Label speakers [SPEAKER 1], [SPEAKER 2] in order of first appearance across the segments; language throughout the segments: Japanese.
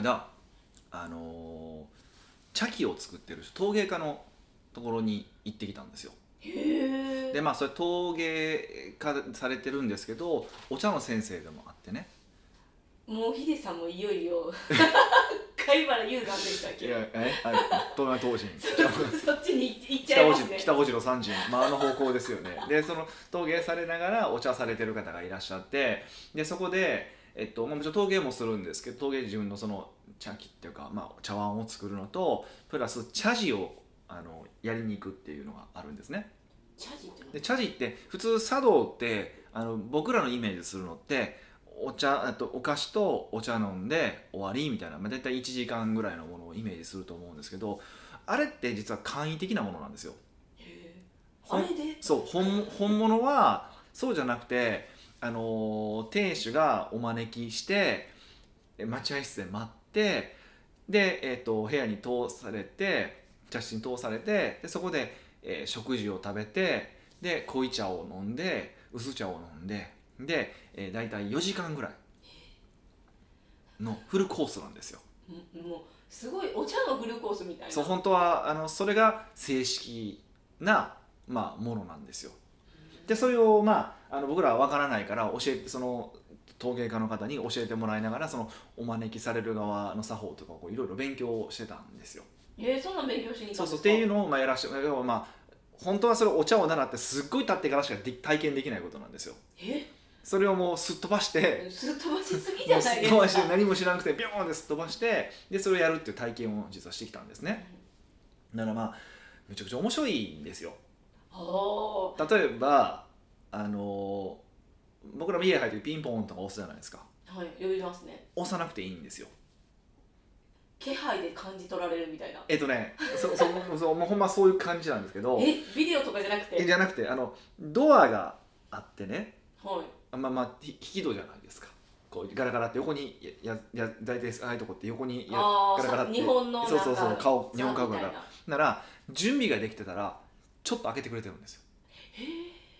[SPEAKER 1] 間あのー茶器を作ってる人陶芸家のところに行ってきたんですよ
[SPEAKER 2] へえ
[SPEAKER 1] でまあそれ陶芸家されてるんですけどお茶の先生でもあってね
[SPEAKER 2] もうヒデさんもいよいよ貝原優さんでしたっけ
[SPEAKER 1] えあ東南東神
[SPEAKER 2] そっちに行っちゃ
[SPEAKER 1] 北
[SPEAKER 2] い
[SPEAKER 1] 五
[SPEAKER 2] ま
[SPEAKER 1] 次
[SPEAKER 2] すね
[SPEAKER 1] 北五次の三神、まあ、あの方向ですよねでその陶芸されながらお茶されてる方がいらっしゃってでそこで、えっとまあ、もちろん陶芸もするんですけど陶芸自分のその茶器っていうか、まあ、茶碗を作るのとプラス茶事をあのやりに行くっていうのがあるんですね
[SPEAKER 2] チャジってなん
[SPEAKER 1] で
[SPEAKER 2] だ
[SPEAKER 1] 茶事って普通茶道ってあの僕らのイメージするのってお茶あとお菓子とお茶飲んで終わりみたいな、まあ、大体1時間ぐらいのものをイメージすると思うんですけどあれって実は簡易的なものなんですよ
[SPEAKER 2] へー
[SPEAKER 1] ほ
[SPEAKER 2] あ
[SPEAKER 1] ん
[SPEAKER 2] れで
[SPEAKER 1] そう本本物はそうじゃなくて、あのー亭主がお招きしてえ待合室で待ってで、えー、と部屋に通されて茶室に通されてでそこで、えー食事を食べてで濃い茶を飲んで薄茶を飲んでで、えー、大体4時間ぐらいのフルコースなんですよ。
[SPEAKER 2] ももうすごいお茶のグルコースみたいな
[SPEAKER 1] そう本当はあのそれが正式な、まあ、ものなんですよ。でそれを、まあ、あの僕らは分からないから教えてその陶芸家の方に教えてもらいながらそのお招きされる側の作法とかをこういろいろ勉強してたんですよ。
[SPEAKER 2] えー、そんなん勉強しに行った
[SPEAKER 1] そ
[SPEAKER 2] ん
[SPEAKER 1] うそ
[SPEAKER 2] ですか
[SPEAKER 1] うっていうのをまあやらして要はまあ本当はそれお茶を習ってすっごい経ってからしかで体験できないことなんですよ。
[SPEAKER 2] え
[SPEAKER 1] それをもうすっ飛ばして
[SPEAKER 2] すっ飛ばしすぎじゃないです
[SPEAKER 1] も
[SPEAKER 2] か
[SPEAKER 1] うすっ飛ばして何も知らなくてビョーンってすっ飛ばしてでそれをやるっていう体験を実はしてきたんですね。だからまあめちゃくちゃ面白いんですよ。
[SPEAKER 2] お
[SPEAKER 1] 例えばあのー僕らも家入ってピンポンとか押すじゃないですか
[SPEAKER 2] ーはい呼びますね
[SPEAKER 1] 押さなくていいんですよ
[SPEAKER 2] 気配で感じ取られるみたいな
[SPEAKER 1] えっとねそそそもうほんまそういう感じなんですけど
[SPEAKER 2] えビデオとかじゃなくて
[SPEAKER 1] えじゃなくてあのドアがあってね
[SPEAKER 2] はい
[SPEAKER 1] まあまあひ引き戸じゃないですかこうガラガラって横にややや大体ああいうとこって横にや
[SPEAKER 2] あ
[SPEAKER 1] ガラガラっ
[SPEAKER 2] あ
[SPEAKER 1] て
[SPEAKER 2] 日本のなん
[SPEAKER 1] そう
[SPEAKER 2] か
[SPEAKER 1] そうそう顔日本家屋
[SPEAKER 2] み
[SPEAKER 1] だ
[SPEAKER 2] たい
[SPEAKER 1] か
[SPEAKER 2] な
[SPEAKER 1] らなら準備ができてたらちょっと開けてくれてるんですよ
[SPEAKER 2] へえ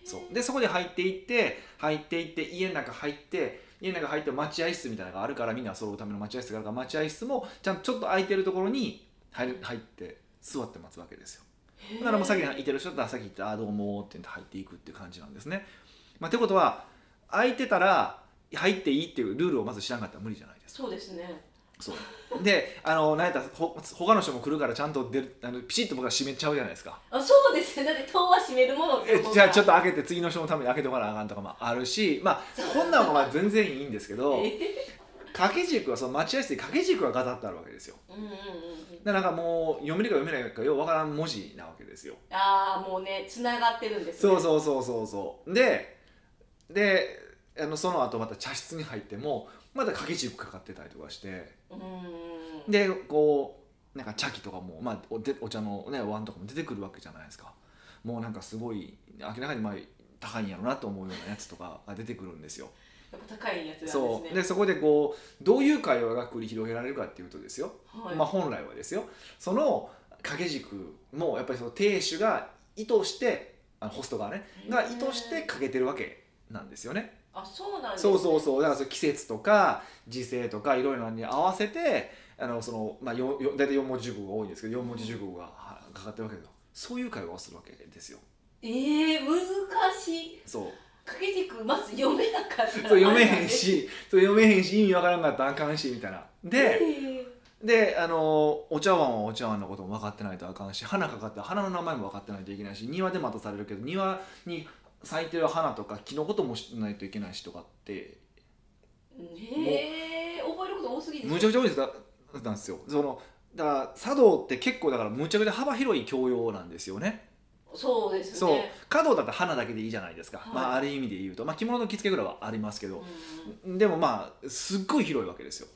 [SPEAKER 1] そうでそこで入っていって入っていって家の中入って家の中入って待合室みたいなのがあるからみんな揃うための待合室があるから待合室もちゃんとちょっと空いてるところに入る入って座って待つわけですよだからもう先にいてる人だったら先行って「あーどうも」って言って入っていくっていう感じなんですね、まあ、ってことは空いてたら入っていいっていうルールをまず知らなかったら無理じゃないですか
[SPEAKER 2] そうですね
[SPEAKER 1] そうであの何やったらほ他の人も来るからちゃんと出るあのピシッと僕は閉めちゃうじゃないですか
[SPEAKER 2] あそうですねだって戸は閉めるものって
[SPEAKER 1] え
[SPEAKER 2] 思う
[SPEAKER 1] じゃあちょっ
[SPEAKER 2] と
[SPEAKER 1] と開けて次の人のために開けておかなあかんとかもあるしまあこんなんはまあ全然いいんですけど掛け軸はその待合室で掛け軸がガタッとあるわけですよ
[SPEAKER 2] うんうんうんうん
[SPEAKER 1] でなんかもう読めるか読めないかようわからん文字なわけですよ
[SPEAKER 2] ああもうね繋がってるんですね
[SPEAKER 1] そうそうそうそうそうでであのその後また茶室に入ってもまた掛け軸かかってたりとかして
[SPEAKER 2] うんうんうん
[SPEAKER 1] でこうなんか茶器とかも、まあ、おでお茶の、ね、お椀とかも出てくるわけじゃないですかもうなんかすごい明らかにまあ高いんやろなと思うようなやつとかが出てくるんですよ
[SPEAKER 2] やっぱ高いやつなん
[SPEAKER 1] そ
[SPEAKER 2] です
[SPEAKER 1] う
[SPEAKER 2] ね
[SPEAKER 1] でそこでこうどういう会話が繰り広げられるかっていうとですよ、
[SPEAKER 2] はい
[SPEAKER 1] まあ本来はですよその掛け軸もやっぱりその亭主が意図してあのホストがねが意図してかけてるわけなんですよね。
[SPEAKER 2] あそうなんですね
[SPEAKER 1] そうそうそうだからその季節とか時勢とかいろいろなのに合わせてあのその、まあ、よよ大体4文字熟語が多いんですけど4文字熟語がはかかってるわけですよそういう会話をするわけですよ。
[SPEAKER 2] ええ難しい
[SPEAKER 1] そう
[SPEAKER 2] 掛け軸まず読めなかったら
[SPEAKER 1] そう読めへんしそう読めへんし意味わからんかったらあかんしみたいな。
[SPEAKER 2] あれ
[SPEAKER 1] で、
[SPEAKER 2] やねえー
[SPEAKER 1] であのお茶碗はお茶碗のことも分かってないとあかんし花かかったら花の名前も分かってないといけないし庭で待たされるけど庭に咲いてる花とか木のことも知らないといけないしとかって
[SPEAKER 2] ねえ覚えること多すぎですね
[SPEAKER 1] むちゃくちゃ多いんですだだったんですよそのだから茶道って結構だからむちゃくちゃ幅広い教養なんですよね
[SPEAKER 2] そうですね
[SPEAKER 1] そう華道だって花だけでいいじゃないですか、
[SPEAKER 2] はい
[SPEAKER 1] まあある意味で言うと、まあ、着物の着付けぐらいはありますけど、
[SPEAKER 2] うん
[SPEAKER 1] でもまあすっごい広いわけですよ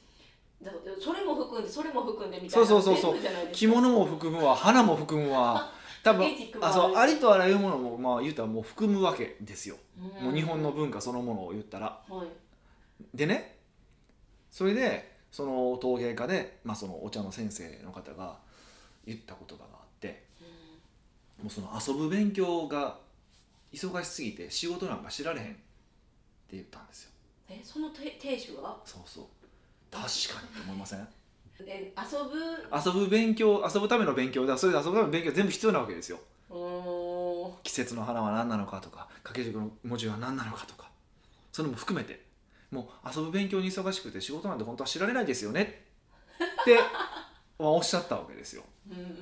[SPEAKER 2] だからそれも含んでそれも含んでみたい
[SPEAKER 1] そう
[SPEAKER 2] な
[SPEAKER 1] そうそうそう
[SPEAKER 2] 全部じゃないです
[SPEAKER 1] 着物も含むわ花も含むわ多分
[SPEAKER 2] 掛け軸もあ
[SPEAKER 1] あ
[SPEAKER 2] る
[SPEAKER 1] そうありとあらゆるものもまあ言うたらもう含むわけですよ、
[SPEAKER 2] か
[SPEAKER 1] もう日本の文化そのものを言ったら
[SPEAKER 2] うんはい
[SPEAKER 1] でねそれでその陶芸家で、まあ、そのお茶の先生の方が言った言葉があって
[SPEAKER 2] う
[SPEAKER 1] もうその遊ぶ勉強が忙しすぎて仕事なんか知られへんって言ったんですよ
[SPEAKER 2] んえそのて亭主は
[SPEAKER 1] そうそう確かにって思いません
[SPEAKER 2] え遊ぶ
[SPEAKER 1] 遊ぶ勉強遊ぶための勉強だそれで遊ぶための勉強全部必要なわけですよ
[SPEAKER 2] おー
[SPEAKER 1] 季節の花は何なのかとか掛け軸の文字は何なのかとかそういうのも含めてもう遊ぶ勉強に忙しくて仕事なんて本当は知られないですよねってまあおっしゃったわけですよ
[SPEAKER 2] うんうんうんうん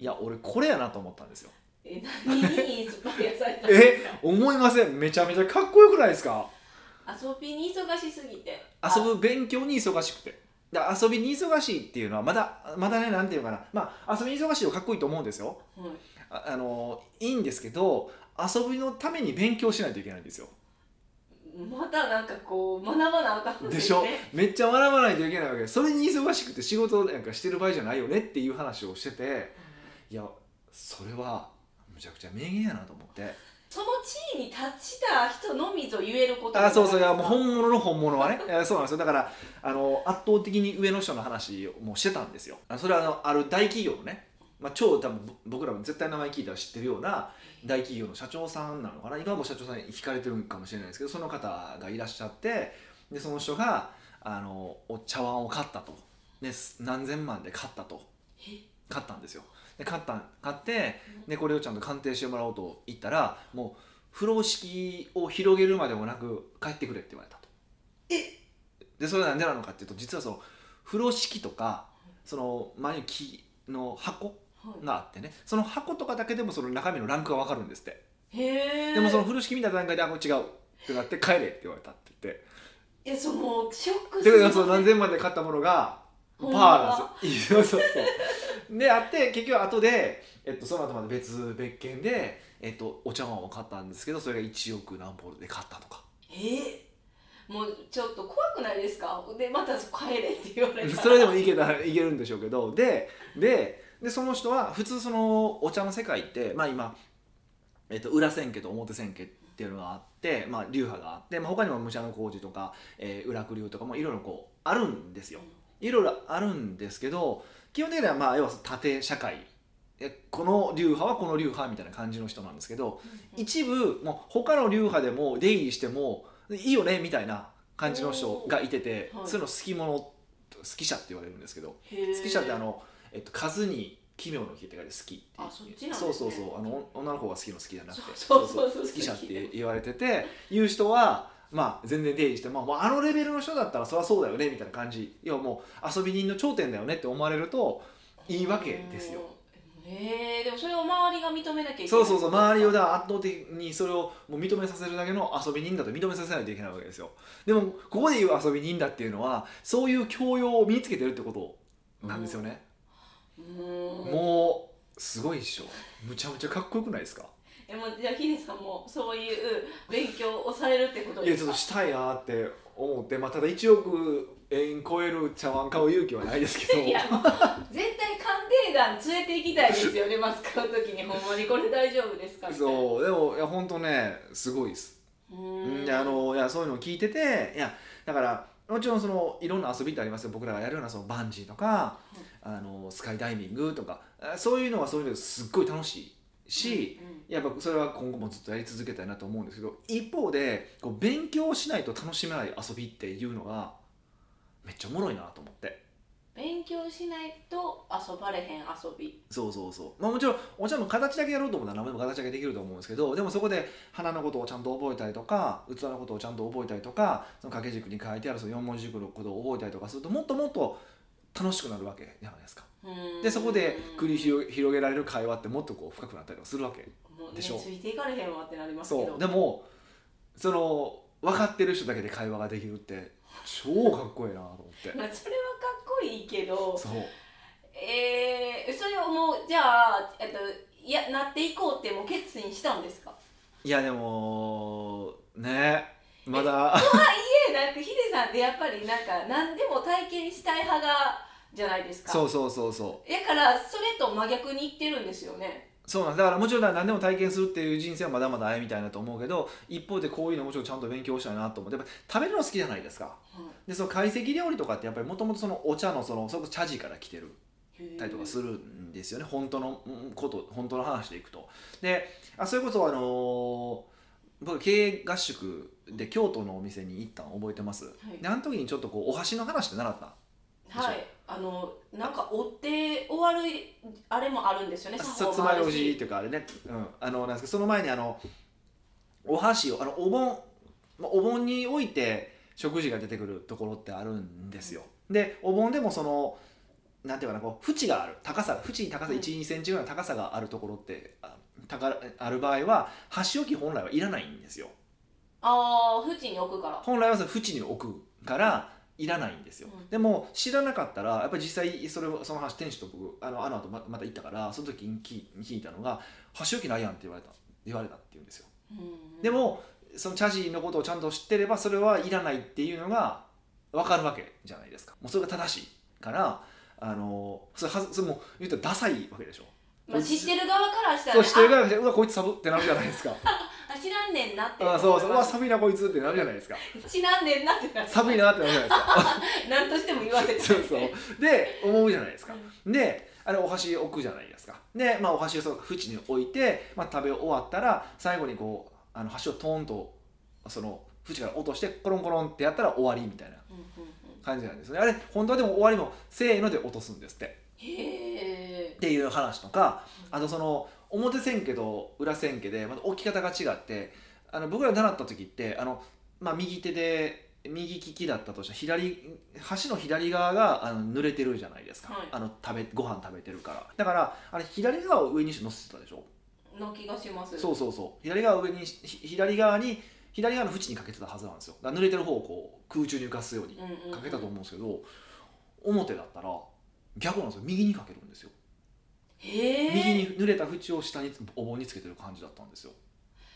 [SPEAKER 1] いや俺これやなと思ったんですよ
[SPEAKER 2] え何にインスパイアされたの
[SPEAKER 1] え思いませんめちゃめちゃかっこよくないですか
[SPEAKER 2] 遊びに忙しすぎて
[SPEAKER 1] 遊ぶ勉強に忙しくてで遊びに忙しいっていうのはまだまだねなんていうのかなまあ遊びに忙しいをかっこいいと思うんですよ
[SPEAKER 2] あはい
[SPEAKER 1] ああのいいんですけど遊びのために勉強しないといけないんですよ
[SPEAKER 2] またなんかこう学ばなあかんの
[SPEAKER 1] で
[SPEAKER 2] ね
[SPEAKER 1] しょめっちゃ学ばないといけないわけでそれに忙しくて仕事なんかしてる場合じゃないよねっていう話をしてていやそれはむちゃくちゃ名言やなと思って
[SPEAKER 2] その地位に達した人のみぞ言えること
[SPEAKER 1] あそうそうい
[SPEAKER 2] じゃ
[SPEAKER 1] や
[SPEAKER 2] な
[SPEAKER 1] もう
[SPEAKER 2] ですか
[SPEAKER 1] 本物の本物はね いやそうなんですよだからあの圧倒的に上の人の話をもうしてたんですよあそれはあのある大企業のね、まあ、超多分ぼ僕らも絶対名前聞いたら知ってるような大企業の社長さんなのかな今はもう社長さんに惹かれてるんかもしれないですけどその方がいらっしゃってでその人があのお茶碗を買ったとです何千万で買ったと
[SPEAKER 2] え
[SPEAKER 1] 買ったんですよで買ったん買ってでこれをちゃんと鑑定してもらおうと言ったらもう風呂敷を広げるまでもなく帰ってくれって言われたとでそれは何でなのかっていうと実はその風呂敷とかその前に木の箱
[SPEAKER 2] はい
[SPEAKER 1] があってねその箱とかだけでもその中身のランクが分かるんですって
[SPEAKER 2] へえ
[SPEAKER 1] でもその風呂敷見た段階で「あもう違う」ってなって「帰れ」って言われたって言って
[SPEAKER 2] いやそのショック
[SPEAKER 1] で
[SPEAKER 2] すぎま
[SPEAKER 1] そ
[SPEAKER 2] せん
[SPEAKER 1] の何千万で買ったものがパ
[SPEAKER 2] ほ
[SPEAKER 1] ー
[SPEAKER 2] んま
[SPEAKER 1] なんですよそうそうそうであって結局後で、えっと、その後まで別別件で、えっと、お茶碗を買ったんですけどそれが1億何ボールで買ったとか
[SPEAKER 2] えー、もうちょっと怖くないですかでまた帰れって言われたら
[SPEAKER 1] それでもいけたいけるんでしょうけどでででその人は普通そのお茶の世界ってまあ今、えっと、裏千家と表千家っていうのがあって、まあ、流派があって、まあ、他にも武者の工事とか、えー、裏九流とかもいろいろこうあるんですよ。いろいろあるんですけど基本的にはまあ要は縦社会えこの流派はこの流派みたいな感じの人なんですけど
[SPEAKER 2] うん
[SPEAKER 1] 一部もう他の流派でも出入りしてもいいよねみたいな感じの人がいてて
[SPEAKER 2] おーはい
[SPEAKER 1] そういうの好き者好き者って言われるんですけど
[SPEAKER 2] へー
[SPEAKER 1] 好き者ってあの、えっと、数に奇妙の奇って書いて好きって
[SPEAKER 2] あそっちなんですね
[SPEAKER 1] そうそうそうあの女の子が好きの好きじゃなくて
[SPEAKER 2] そうそうそうそう
[SPEAKER 1] 好き者って言われてて言う人はまあ全然定義して、まあ、もうあのレベルの人だったらそりゃそうだよねみたいな感じ要はもう遊び人の頂点だよねって思われるといいわけですよ
[SPEAKER 2] うんへえでもそれを周りが認めなきゃいけない
[SPEAKER 1] そうそうそう周りをだ圧倒的にそれをもう認めさせるだけの遊び人だと認めさせないといけないわけですよでもここで言う遊び人だっていうのはそういう教養を身につけてるってことなんですよね、
[SPEAKER 2] うん
[SPEAKER 1] もうすごいっしょむちゃむちゃかっこよくないですか
[SPEAKER 2] えもうじゃあヒデさんもそういう勉強をされるってこと
[SPEAKER 1] いやち
[SPEAKER 2] で
[SPEAKER 1] ょ
[SPEAKER 2] す
[SPEAKER 1] っ
[SPEAKER 2] か
[SPEAKER 1] としたいなって思って、まあ、ただ1億円超える茶碗買う勇気はないですけど
[SPEAKER 2] いやもう絶対鑑定団連れて行きたいですよねマス買う時にほんまにこれ大丈夫ですかみたいな
[SPEAKER 1] そうでもいや本当ねすごいです、
[SPEAKER 2] う
[SPEAKER 1] うん
[SPEAKER 2] ん
[SPEAKER 1] いやあのいやそういうのを聞いてていやだからもちろんそのいろんな遊びってありますよ僕らがやるようなそのバンジーとか、あのスカイダイビングとかあそういうのはそういうのですっごい楽しいし、
[SPEAKER 2] うん
[SPEAKER 1] やっぱそれは今後もずっとやり続けたいなと思うんですけど一方でこう勉強しないと楽しめない遊びっていうのがめっちゃおもろいなと思って
[SPEAKER 2] 勉強しないと遊ばれへん遊び
[SPEAKER 1] そうそうそう、まあ、もちろんお茶の形だけやろうと思ったら何でも形だけできると思うんですけどでもそこで花のことをちゃんと覚えたりとか器のことをちゃんと覚えたりとかその掛け軸に書いてあるその4文字熟のことを覚えたりとかするともっともっと楽しくなるわけじゃないですか
[SPEAKER 2] うん
[SPEAKER 1] でそこで繰り広げ広げられる会話ってもっとこう深くなったりとかするわけ
[SPEAKER 2] もうね
[SPEAKER 1] でしょ
[SPEAKER 2] ついていかれへんわってなりますけ
[SPEAKER 1] そ
[SPEAKER 2] ど
[SPEAKER 1] うでもその分かってる人だけで会話ができるって超かっこいいなと思って
[SPEAKER 2] まあそれはかっこいいけど
[SPEAKER 1] そう
[SPEAKER 2] えー、それをもうじゃあ、えっと、いやなっていこうってもう決意したんですか
[SPEAKER 1] いやでもねまだ
[SPEAKER 2] でなんかヒデさんってやっぱりなんか何でも体験したい派がじゃないです か
[SPEAKER 1] そうそうそうそ
[SPEAKER 2] だからそれと真逆にいってるんですよね
[SPEAKER 1] うそうなんだからもちろん何でも体験するっていう人生はまだまだあみたいなと思うけど一方でこういうのもちろんちゃんと勉強したいなと思ってやっぱ食べるの好きじゃないですかでその懐石料理とかってやっぱりもともとそのお茶のそのそれこそ茶事から来てるったりとかす
[SPEAKER 2] る
[SPEAKER 1] るんですよね本当のうんこと本当の話でいくと。であそれこそあのー僕経営合宿で京都のお店に行ったの覚えてます。
[SPEAKER 2] はい
[SPEAKER 1] であの時にちょっとこうお箸の話って習った
[SPEAKER 2] はいあのなんか追って終わるあれもあるんですよね
[SPEAKER 1] さ
[SPEAKER 2] 作
[SPEAKER 1] つ
[SPEAKER 2] 法も
[SPEAKER 1] ま
[SPEAKER 2] あ
[SPEAKER 1] よ
[SPEAKER 2] る
[SPEAKER 1] うじっ
[SPEAKER 2] して
[SPEAKER 1] いうかあれね、うん、あのなんですけどその前にあのお箸をあのお盆まあお盆において食事が出てくるところってあるんですよでお盆でもそのなんていうかなこう縁がある高さ縁に高さ
[SPEAKER 2] うん
[SPEAKER 1] 12、センチぐらいの高さがあるところってあ高ある場合は箸置き本来はいらないんですよ
[SPEAKER 2] ああ縁に置くから
[SPEAKER 1] 本来はその縁に置くからいらないんですよ、
[SPEAKER 2] うん
[SPEAKER 1] でも知らなかったらやっぱり実際それをその話店主と僕あのあの後ままた行ったからその時に聞い聞いたのが「箸置きないやん」って言われた言われたって言うんですよ、
[SPEAKER 2] うん
[SPEAKER 1] でもその茶事のことをちゃんと知ってればそれはいらないっていうのが分かるわけじゃないですかもうそれが正しいからあのそれはずそれも言ったらダサいわけでしょ
[SPEAKER 2] まあ、知ってる側からしたら、
[SPEAKER 1] そう
[SPEAKER 2] ね、
[SPEAKER 1] 知ってるからうわこいつサブってなるじゃないですか
[SPEAKER 2] ああ知らんねんなって
[SPEAKER 1] あそうそうう
[SPEAKER 2] 思い
[SPEAKER 1] わ
[SPEAKER 2] ます
[SPEAKER 1] 寒いなこいつってなるじゃないですか
[SPEAKER 2] 知らんねんなってな
[SPEAKER 1] 寒いなってなるじゃないですか
[SPEAKER 2] 何としても言わせて
[SPEAKER 1] そうそうで思うじゃないですか
[SPEAKER 2] う
[SPEAKER 1] であれお箸置くじゃないですかで、まあ、お箸をその縁に置いて、まあ、食べ終わったら最後にこうあの箸をトーンとその縁から落としてコロンコロンってやったら終わりみたいな
[SPEAKER 2] うんうんうん
[SPEAKER 1] 感じなんですねあれ本当はでも終わりもせーので落とすんですって
[SPEAKER 2] へえ
[SPEAKER 1] っていう話とかあとその表千家と裏千家でまた置き方が違ってあの僕ら習った時ってあの、まあ、右手で右利きだったとして左端の左側があの濡れてるじゃないですか、
[SPEAKER 2] はい
[SPEAKER 1] あの食べご飯食べてるからだからあれ左側を上にして乗せてたでしょ、
[SPEAKER 2] の気がします
[SPEAKER 1] そうそうそう左側を上にしひ左側に左側の縁にかけてたはずなんですよだから濡れてる方をこう空中に浮かすように
[SPEAKER 2] うんうんうん
[SPEAKER 1] かけたと思うんですけど、表だったら逆なんですよ右にかけるんですよ
[SPEAKER 2] へえ
[SPEAKER 1] 右に濡れた縁を下にお盆につけてる感じだったんですよ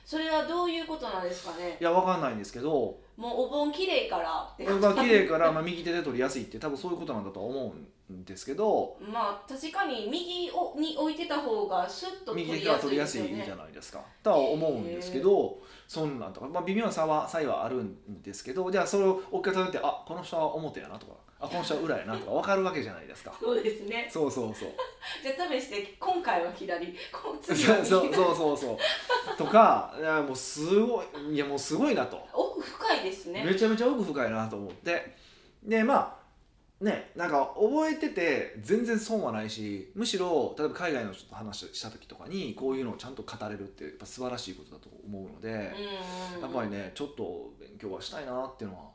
[SPEAKER 2] それはどういうことなんですかね
[SPEAKER 1] いやわかんないんですけど、
[SPEAKER 2] もうお盆綺麗からって
[SPEAKER 1] まあ綺麗からまあ右手で取りやすいって多分そういうことなんだとは思うんですけど
[SPEAKER 2] まあ確かに右をに置いてた方がスッと取
[SPEAKER 1] 右手
[SPEAKER 2] り
[SPEAKER 1] が
[SPEAKER 2] やす
[SPEAKER 1] 取
[SPEAKER 2] い
[SPEAKER 1] り
[SPEAKER 2] で
[SPEAKER 1] や
[SPEAKER 2] す
[SPEAKER 1] すい
[SPEAKER 2] よ
[SPEAKER 1] じ
[SPEAKER 2] ね
[SPEAKER 1] ゃないですかとは思うんですけどそんなんとか、まあ、微妙な差は差異はあるんですけどじゃあそれを置き方によってあこの人は表やなとかあこの人は裏やなとか分かるわけじゃないですか
[SPEAKER 2] そうですね
[SPEAKER 1] そうそうそう
[SPEAKER 2] じゃあ試して今回は左今
[SPEAKER 1] そう
[SPEAKER 2] 次 は
[SPEAKER 1] そう
[SPEAKER 2] 右
[SPEAKER 1] そうそうそうとかいやもうすごいいやもうすごいなと
[SPEAKER 2] 奥深いですね
[SPEAKER 1] めちゃめちゃ奥深いなと思ってでまあねなんか覚えてて全然損はないしむしろ例えば海外の人と話した時とかにこういうのをちゃんと語れるってやっぱ素晴らしいことだと思うの
[SPEAKER 2] う
[SPEAKER 1] で、
[SPEAKER 2] ん
[SPEAKER 1] やっぱりねちょっと勉強はしたいなっていうのは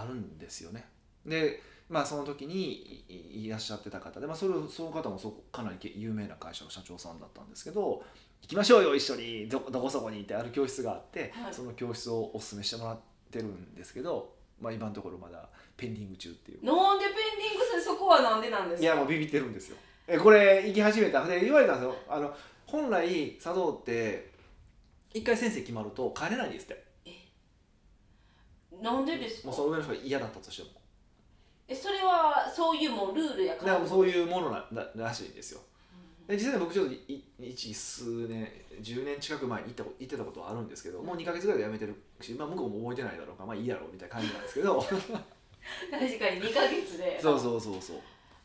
[SPEAKER 1] あるんですよね。でまあその時にいいいらっしゃってた方で、まあ、それその方もそこかなりけ有名な会社の社長さんだったんですけど「行きましょうよ一緒にどどこそこに」ってある教室があって、
[SPEAKER 2] はい
[SPEAKER 1] その教室をお勧めしてもらってるんですけど、まあ、今のところまだペンディング中っていう
[SPEAKER 2] なんでペンディングするそこはなんでなんですか
[SPEAKER 1] いやもうビビってるんですよえこれ行き始めたで言われたんですよあの本来茶道って一回先生決まると帰れないんですって
[SPEAKER 2] なんでですか
[SPEAKER 1] もうその上の人が嫌だったとしても
[SPEAKER 2] えそれはそういうもうルールや
[SPEAKER 1] だ
[SPEAKER 2] か
[SPEAKER 1] から
[SPEAKER 2] ら
[SPEAKER 1] もうそういうものなららしいんですよで実際僕ちょっとい一数年10年近く前に行ったこと行ってたことはあるんですけどもう2ヶ月ぐらいで辞めてるし、まあ、向こうも覚えてないだろうからまあいいやろうみたいな感じなんですけ ど
[SPEAKER 2] 確かに2ヶ月で
[SPEAKER 1] そうそうそうそう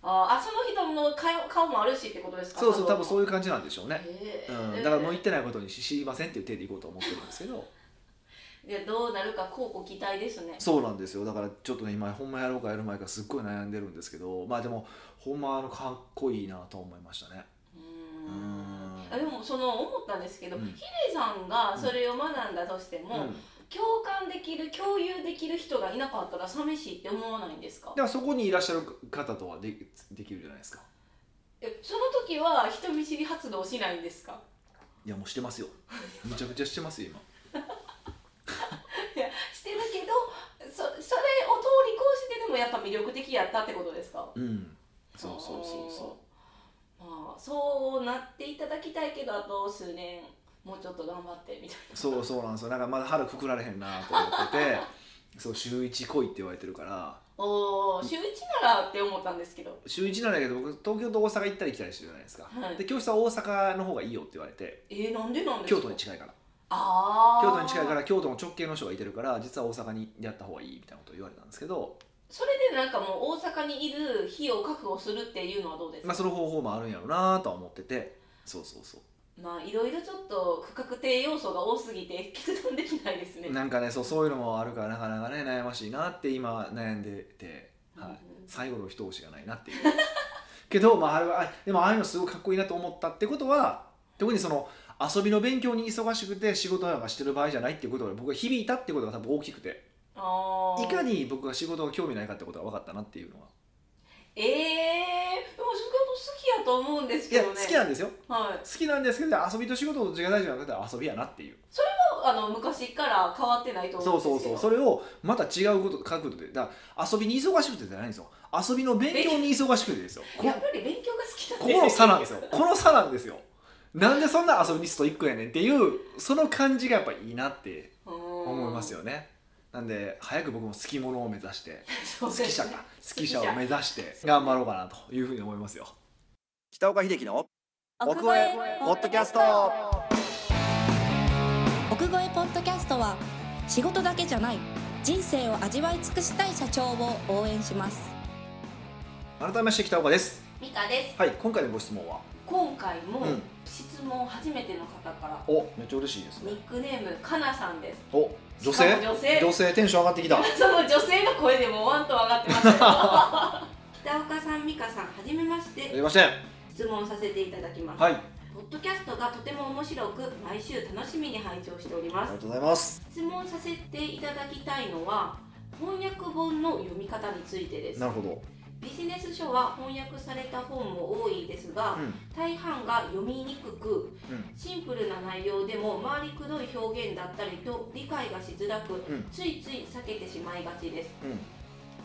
[SPEAKER 2] あーあその人の顔顔もあるしってことですか
[SPEAKER 1] そうそう多分そう
[SPEAKER 2] いう
[SPEAKER 1] いう感じなんでしょうね、
[SPEAKER 2] う
[SPEAKER 1] うん、だからもう行ってないことにし知りませんっていう手で行こうと思ってるんですけど
[SPEAKER 2] いやどうなるかこうご期待ですね
[SPEAKER 1] そうなんですよだからちょっとね今ほんまやろうかやる前からすっごい悩んでるんですけどまあでもほんまあのかっこいいなと思いましたね
[SPEAKER 2] う
[SPEAKER 1] う
[SPEAKER 2] ーん
[SPEAKER 1] ん
[SPEAKER 2] あでもその思ったんですけど、
[SPEAKER 1] うん
[SPEAKER 2] ヒデさんがそれを学んだとしても、
[SPEAKER 1] うん
[SPEAKER 2] 共感できる共有できる人がいなかったら寂しいって思わないんですか
[SPEAKER 1] でもそこにいらっしゃる方とはでできるじゃないですか
[SPEAKER 2] えその時は人見知り発動しないんですか
[SPEAKER 1] いやもうしてますよむちゃくちゃしてますよ今
[SPEAKER 2] してるけどそそれを通り越してでもやっぱ魅力的やったってことですか
[SPEAKER 1] うんそうそうそうそう
[SPEAKER 2] まあそうなっていただきたいけどあと数年もうちょっと頑張ってみたいう
[SPEAKER 1] そうそうなんですよなんかまだ腹くくられへんなと思ってて そう週一来いって言われてるから
[SPEAKER 2] なおお週1ならって思ったんですけど
[SPEAKER 1] 週一なんだけど僕東京と大阪行ったり来たりしてるじゃないですか、
[SPEAKER 2] はい
[SPEAKER 1] で教室は大阪の方がいいよって言われて
[SPEAKER 2] えー、なんでなんです
[SPEAKER 1] 京
[SPEAKER 2] か
[SPEAKER 1] 都に近いから
[SPEAKER 2] ああ
[SPEAKER 1] 京都に近いから京都の直系の人がいてるから実は大阪にやった方がいいみたいなことを言われたんですけど、
[SPEAKER 2] それでなんかもう大阪にいる費用を確保するっていうのはどうです
[SPEAKER 1] ま
[SPEAKER 2] か
[SPEAKER 1] あ、その方法もあるんやろうなとは思っててそうそうそう
[SPEAKER 2] まあいろいろちょっと価格定要素が多すぎて決断できないですね
[SPEAKER 1] なんかねそうそういうのもあるからなかなかね悩ましいなって今悩んでてはい
[SPEAKER 2] うん
[SPEAKER 1] 最後の一押しがないなっていう けど、まあ、あれはあでもああいうのすごいかっこいいなと思ったってことは特にその遊びの勉強に忙しくて仕事なんかしてる場合じゃないっていうことが僕は響いたってことが多分大きくて
[SPEAKER 2] あー
[SPEAKER 1] いかに僕が仕事が興味ないかってことが分かったなっていうのは
[SPEAKER 2] ええー、でも仕事好きやと思うんです
[SPEAKER 1] い
[SPEAKER 2] け
[SPEAKER 1] や
[SPEAKER 2] ど
[SPEAKER 1] 好
[SPEAKER 2] ね
[SPEAKER 1] きなんですよ
[SPEAKER 2] はい
[SPEAKER 1] 好きなんですけど遊びと仕事どっちが大事なのかって遊びやなっていう
[SPEAKER 2] あの昔から変わってないと
[SPEAKER 1] そ
[SPEAKER 2] 思う
[SPEAKER 1] うん
[SPEAKER 2] ですけ
[SPEAKER 1] そうそ
[SPEAKER 2] ど
[SPEAKER 1] うそれをまた違うこと角度でだから遊びに忙しくてじゃないんですよ遊びの勉強に忙しくてですよこ
[SPEAKER 2] やっぱり勉強が好きなんです
[SPEAKER 1] この差なんですよこの差なんですよなんでそんな遊びにストイックやねんっていうその感じがやっぱいいなって思
[SPEAKER 2] 思
[SPEAKER 1] います
[SPEAKER 2] よ
[SPEAKER 1] よねなんで早く僕も好き者を目指して
[SPEAKER 2] そ
[SPEAKER 1] 好
[SPEAKER 2] うで
[SPEAKER 1] き
[SPEAKER 2] す
[SPEAKER 1] 者
[SPEAKER 2] ね
[SPEAKER 1] か好き者を目指して頑張ろうかなというふうに思いますよ北岡秀樹の奥越えポッドキャスト
[SPEAKER 3] 奥越えポッドキャストは仕事だけじゃない人生を味わい尽くしたい社長を応援します
[SPEAKER 1] 改めまして北岡です
[SPEAKER 2] ミカです
[SPEAKER 1] はい今回のご質問は
[SPEAKER 2] 今回も
[SPEAKER 1] うん
[SPEAKER 2] 質問初めての方から
[SPEAKER 1] おめっちゃ嬉しいですね
[SPEAKER 2] ニックネームかなさんです
[SPEAKER 1] お女性
[SPEAKER 2] しかも女性
[SPEAKER 1] テンション上がってき た
[SPEAKER 2] その女性の声でもワンと上がってました よ北岡さん美香さんはじめまし
[SPEAKER 1] やり
[SPEAKER 2] て
[SPEAKER 1] まして
[SPEAKER 2] 質問させていただきます、
[SPEAKER 1] はいあ
[SPEAKER 2] ポッドキャストがとても面白く毎週楽しみに拝聴しておりま
[SPEAKER 1] り
[SPEAKER 2] す
[SPEAKER 1] がとうございます
[SPEAKER 2] 質問させていただきたいのは翻訳本の読み方についてです
[SPEAKER 1] なるほど
[SPEAKER 2] ビジネス書は翻訳された本も多いですが、
[SPEAKER 1] うん
[SPEAKER 2] 大半が読みにくく
[SPEAKER 1] うん
[SPEAKER 2] シンプルな内容でも回りくどい表現だったりと理解がしづらく、
[SPEAKER 1] ん
[SPEAKER 2] ついつい避けてしまいがちです
[SPEAKER 1] うん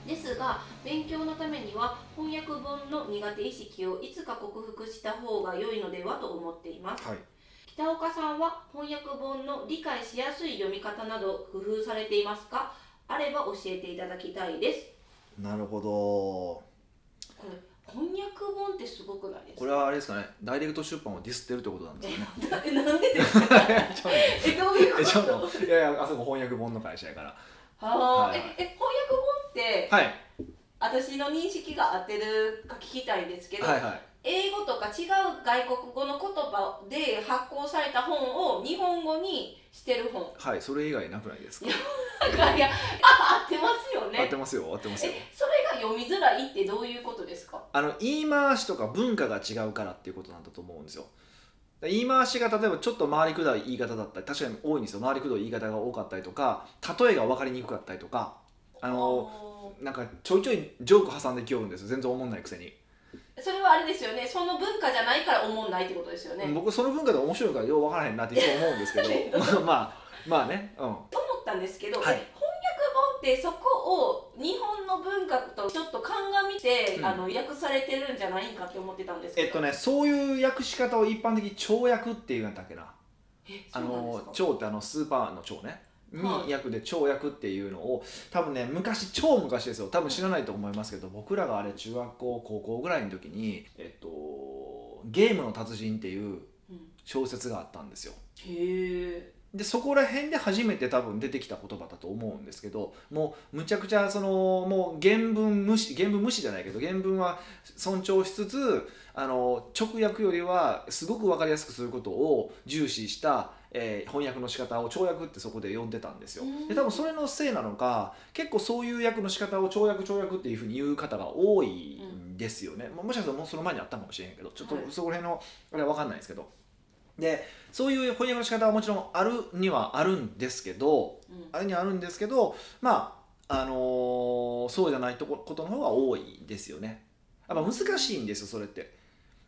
[SPEAKER 2] ですが勉強のためには翻訳本の苦手意識をいつか克服した方が良いのではと思っています
[SPEAKER 1] はい
[SPEAKER 2] 北岡さんは翻訳本の理解しやすい読み方など工夫されていますかあれば教えていただきたいです
[SPEAKER 1] なるほど
[SPEAKER 2] これ翻訳本ってすごくないです
[SPEAKER 1] こ
[SPEAKER 2] か
[SPEAKER 1] れはあれですかねダイレクト出版をディスってるってことなんですよ ね
[SPEAKER 2] えななんでですか
[SPEAKER 1] ちょっと
[SPEAKER 2] えどういうこ
[SPEAKER 1] えちょっ
[SPEAKER 2] と
[SPEAKER 1] といやいやあそこ翻訳本の会社やから
[SPEAKER 2] はあ、
[SPEAKER 1] はい
[SPEAKER 2] ええ翻訳本って、
[SPEAKER 1] はい
[SPEAKER 2] 私の認識が合ってるか聞きたいんですけど、
[SPEAKER 1] はいはい
[SPEAKER 2] 英語とか違う外国語の言葉で発行された本を日本語にして る本
[SPEAKER 1] はいそれ以外なくないですか
[SPEAKER 2] だからいやあ合ってますよ
[SPEAKER 1] 合っ
[SPEAKER 2] ね
[SPEAKER 1] てますよ合ってますよ
[SPEAKER 2] えそれが読みづらいってどういうことですか
[SPEAKER 1] あの言い回しとか文化が違うからっていうことなんだと思うんですよ言い回しが例えばちょっと回りくどい言い方だったり確かに多いんですよ回りくどい言い方が多かったりとか例えが分かりにくかったりとかあのなんかちょいちょいジョーク挟んできよるんですよ全然思んないくせに、
[SPEAKER 2] あーそれはあれですよねその文化じゃないから思んないってことですよね、と
[SPEAKER 1] 僕その文化で面白いからよう分からへんなっていつも思うんですけど まあまあまあねうん
[SPEAKER 2] 思ったんですけど、
[SPEAKER 1] はい
[SPEAKER 2] え翻訳本ってそこを日本の文化とちょっと鑑みて、
[SPEAKER 1] うん
[SPEAKER 2] あの訳されてるんじゃないかって思ってたんですけど
[SPEAKER 1] えっとね、そういう訳し方を一般的に超訳っていうんだっけな
[SPEAKER 2] えそ
[SPEAKER 1] あ
[SPEAKER 2] うなんです
[SPEAKER 1] の
[SPEAKER 2] か
[SPEAKER 1] 超ってあのスーパーの超ね
[SPEAKER 2] は
[SPEAKER 1] に
[SPEAKER 2] い
[SPEAKER 1] 訳で超訳っていうのを多分ね昔超昔ですよ多分知らないと思いますけど僕らがあれ中学校高校ぐらいの時に、えっと、ゲームの達人っていう
[SPEAKER 2] うん
[SPEAKER 1] 小説があったんですよ
[SPEAKER 2] へえ
[SPEAKER 1] でそこら辺で初めて多分出てきた言葉だと思うんですけどもうむちゃくちゃそのもう原文無視原文無視じゃないけど原文は尊重しつつあの直訳よりはすごく分かりやすくすることを重視した、えー翻訳の仕方を超訳ってそこで呼んでたんですよ
[SPEAKER 2] うん
[SPEAKER 1] で多分それのせいなのか結構そういう訳の仕方を超訳超訳っていうふうに言う方が多いんですよね、まあもしかしたらもうその前にあったかもしれへんけどちょっと
[SPEAKER 2] はい
[SPEAKER 1] そこら辺のあれは分かんないですけどでそういう翻訳の仕方はもちろんあるにはあるんですけど
[SPEAKER 2] うん
[SPEAKER 1] あるにはあるんですけどまああのーそうじゃないとこことの方が多いですよねやっぱ難しいんですよそれって